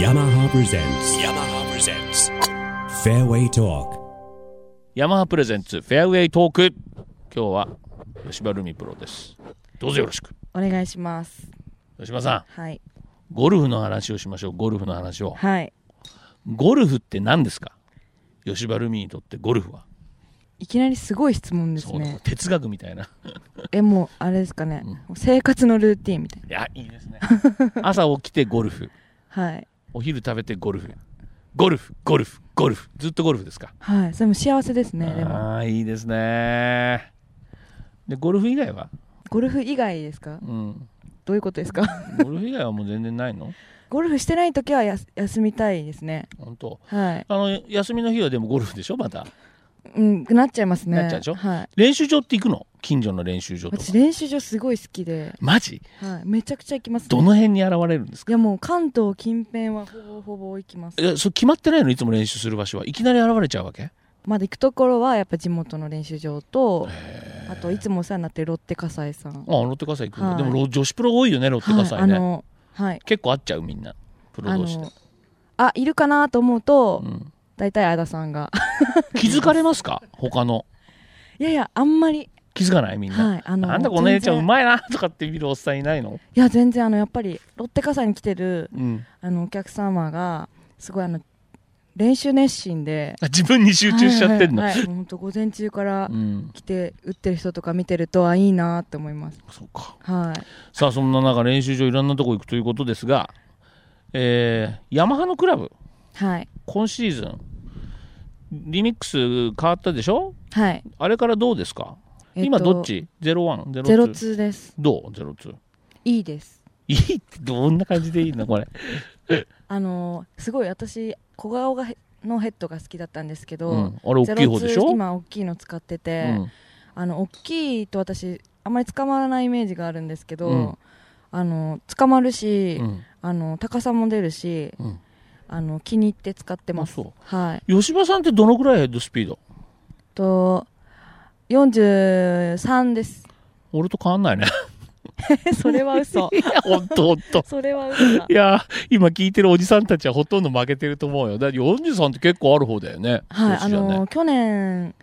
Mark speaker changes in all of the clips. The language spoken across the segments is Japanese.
Speaker 1: yamaha presents yamaha presents fairway talk
Speaker 2: ヤマハプレゼンツフェアウェイトーク今日は吉羽ルミプロですどうぞよろしく
Speaker 3: お願いします。
Speaker 2: 吉羽さ
Speaker 3: はい。
Speaker 2: んゴルフの話をしましょうゴルフの話を
Speaker 3: はい。
Speaker 2: ゴルフって何ですか吉羽ルミにとってゴルフはい
Speaker 3: きなりすごい質問です
Speaker 2: そう
Speaker 3: ね。
Speaker 2: 哲学みたいな
Speaker 3: え、もう、あれですかね。生活のルーティンみたい
Speaker 2: いやいいですね 朝起きてゴルフ
Speaker 3: な。はい。
Speaker 2: お昼食べてゴルフゴルフゴルフゴルフずっとゴルフですか、
Speaker 3: はい。それも幸せですね。でも、
Speaker 2: ああいいですねでゴルフ以外は、
Speaker 3: ゴルフ以外ですか
Speaker 2: うん、
Speaker 3: どういうことですか
Speaker 2: ゴルフ以外はもう全然ないの
Speaker 3: ゴルフしてない時はやす休みたいですね。
Speaker 2: 本当
Speaker 3: はい。
Speaker 2: あの休みの日はでもゴルフでしょまた
Speaker 3: うん、なっちゃいますね。
Speaker 2: なっちゃうでしょ
Speaker 3: はい。
Speaker 2: 練習場って行くの近所の練習場とか
Speaker 3: 私、練習場すごい好きで、
Speaker 2: マジ
Speaker 3: はい。めちゃくちゃ行きます、ね。
Speaker 2: どの辺に現れるんですか
Speaker 3: いや、もう関東近辺はほぼほぼ行きます
Speaker 2: い。やそれ決まってないのいつも練習する場所はいきなり現れちゃうわけ
Speaker 3: まだ行くところは、やっぱ地元の練習場と、あと、いつもお世話になってるロッテ葛西さん。
Speaker 2: あロッテ火災行くんだ、
Speaker 3: はい
Speaker 2: でもロ女子プロ多いよねロッテ火災ね、
Speaker 3: はい、あのはい
Speaker 2: 結構会っちゃうみんなプロ
Speaker 3: あ
Speaker 2: 同士で
Speaker 3: の、あいるかなと思うと、
Speaker 2: うん、
Speaker 3: 大体あださんが
Speaker 2: 気づかれますか他の
Speaker 3: いやいやあんまり
Speaker 2: 気づかないみんな、
Speaker 3: はいあの
Speaker 2: なんだこの姉ちゃんう
Speaker 3: 全然
Speaker 2: まいなとかって見るおっさんいないの、
Speaker 3: いや全然あのやっぱりロッテ傘に来てる
Speaker 2: うん、
Speaker 3: あのお客様がすごいあの練習熱心で
Speaker 2: あ自分に集中しちゃってんの、
Speaker 3: はいはいはいもうほんと午前中から
Speaker 2: うん
Speaker 3: 来て打ってる人とか見てるとあいいなって思います
Speaker 2: そうか
Speaker 3: はい
Speaker 2: さあそんな中練習場いろんなとこ行くということですがえーヤマハのクラブ
Speaker 3: はい
Speaker 2: 今シーズンリミックス変わったでしょ
Speaker 3: はい、
Speaker 2: あれからどうですか、
Speaker 3: えと
Speaker 2: 今どっち ?01、
Speaker 3: ゼロ
Speaker 2: 02。
Speaker 3: ツーです
Speaker 2: どう ?02。
Speaker 3: いいです
Speaker 2: いいってどんな感じでいいのこれ。
Speaker 3: あのすごい私小顔がへのヘッドが好きだったんですけど、
Speaker 2: うん、あれ大きい方でしょ
Speaker 3: 02今大きいの使って
Speaker 2: う
Speaker 3: て、
Speaker 2: ん、
Speaker 3: あの大きいと私あまり捕まらないイメージがあるんですけど、
Speaker 2: うん
Speaker 3: あの捕まるし、
Speaker 2: うん
Speaker 3: あの高さも出るし
Speaker 2: うん。
Speaker 3: あの気に入って使ってます
Speaker 2: あそう
Speaker 3: はい
Speaker 2: 吉場さんってどのぐらいヘッドスピード
Speaker 3: と43です
Speaker 2: 俺と変わんないね。
Speaker 3: それは 嘘
Speaker 2: いや、ほんとほんと。
Speaker 3: それは嘘だ
Speaker 2: いやー、今聞いてるおじさんたちはほとんど負けてると思うよ。だって43って結構ある方だよね。
Speaker 3: はいあ
Speaker 2: 年じゃね
Speaker 3: の去年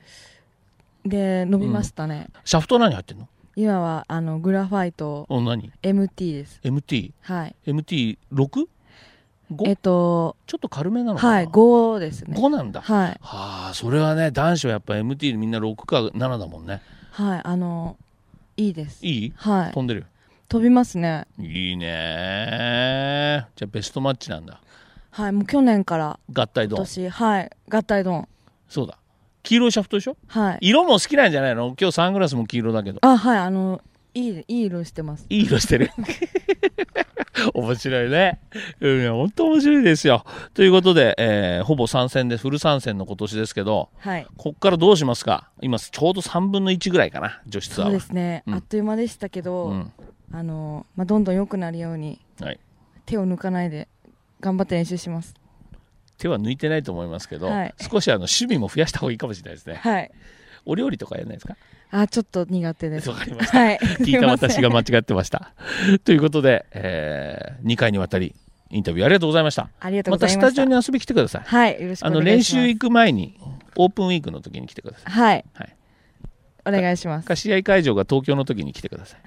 Speaker 3: で伸びましたね、
Speaker 2: シャフト何入ってんの
Speaker 3: 今はあのグラファイト
Speaker 2: お何
Speaker 3: MT です
Speaker 2: ?MT?MT6?5?
Speaker 3: はいえっ
Speaker 2: ち
Speaker 3: と
Speaker 2: ょっと軽めなのかな
Speaker 3: はい5ですね
Speaker 2: 5なんだ。
Speaker 3: はい
Speaker 2: はあそれはね男子はやっぱ MT でみんな6か7だもんね
Speaker 3: はいあのいいです
Speaker 2: いい
Speaker 3: はい
Speaker 2: 飛んでる
Speaker 3: 飛びますね
Speaker 2: いいねじゃあベストマッチなんだ
Speaker 3: はいもう去年から
Speaker 2: 合体
Speaker 3: 今
Speaker 2: 丼
Speaker 3: 年はい合体丼
Speaker 2: そうだ黄色いシャフトでしょ
Speaker 3: はい
Speaker 2: 色も好きなんじゃないの今日サングラスも黄色だけど
Speaker 3: あはいあのいいいい色してます
Speaker 2: いい色 してる面白いねうん本当面白いですよということで、えーほぼ参戦ですフル参戦の今年ですけど
Speaker 3: はい
Speaker 2: こっからどうしますか今ちょうど3分の1ぐらいかな女子ツアーは
Speaker 3: そうですね、
Speaker 2: うん
Speaker 3: あっという間でしたけど、
Speaker 2: うん
Speaker 3: あの、まあ、どんどん良くなるように
Speaker 2: はい、
Speaker 3: 手を抜かないで頑張って練習します
Speaker 2: 手は抜いてないと思いますけど、
Speaker 3: はい
Speaker 2: 少しあの趣味も増やした方がいいかもしれないですね。
Speaker 3: はい
Speaker 2: お料理とかやらないですか
Speaker 3: あちょっと苦手です
Speaker 2: わかりました。
Speaker 3: はい
Speaker 2: 聞いた私が
Speaker 3: すません
Speaker 2: 間違ってました。 ということで、え2回にわたりインタビューありがとうございました。
Speaker 3: ありがとう
Speaker 2: ま
Speaker 3: ござ
Speaker 2: た
Speaker 3: い
Speaker 2: ス
Speaker 3: ま
Speaker 2: タ
Speaker 3: し
Speaker 2: ジ
Speaker 3: た
Speaker 2: オに遊び来てください。
Speaker 3: はいよろしくお
Speaker 2: あ
Speaker 3: 願いします
Speaker 2: の練習行く前にオープンウィークの時に来てくださ
Speaker 3: はい
Speaker 2: い。はい、
Speaker 3: お願いします
Speaker 2: か試合会場が東京の時に来てください。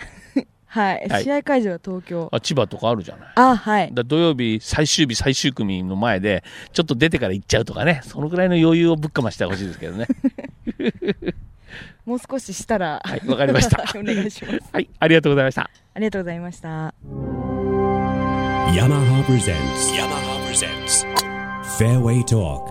Speaker 3: はい、
Speaker 2: はい
Speaker 3: 試合会場は東京
Speaker 2: あ千葉とかあるじゃない。
Speaker 3: あはい
Speaker 2: だ土曜日最終日最終組の前でちょっと出てから行っちゃうとかねそのぐらいの余裕をぶっかましてほしいですけどね
Speaker 3: もう少ししたら
Speaker 2: はいわかりました
Speaker 3: お願いします
Speaker 2: はいありがとうございました
Speaker 3: ありがとうございました。
Speaker 1: yamaha presents yamaha presents fairway talk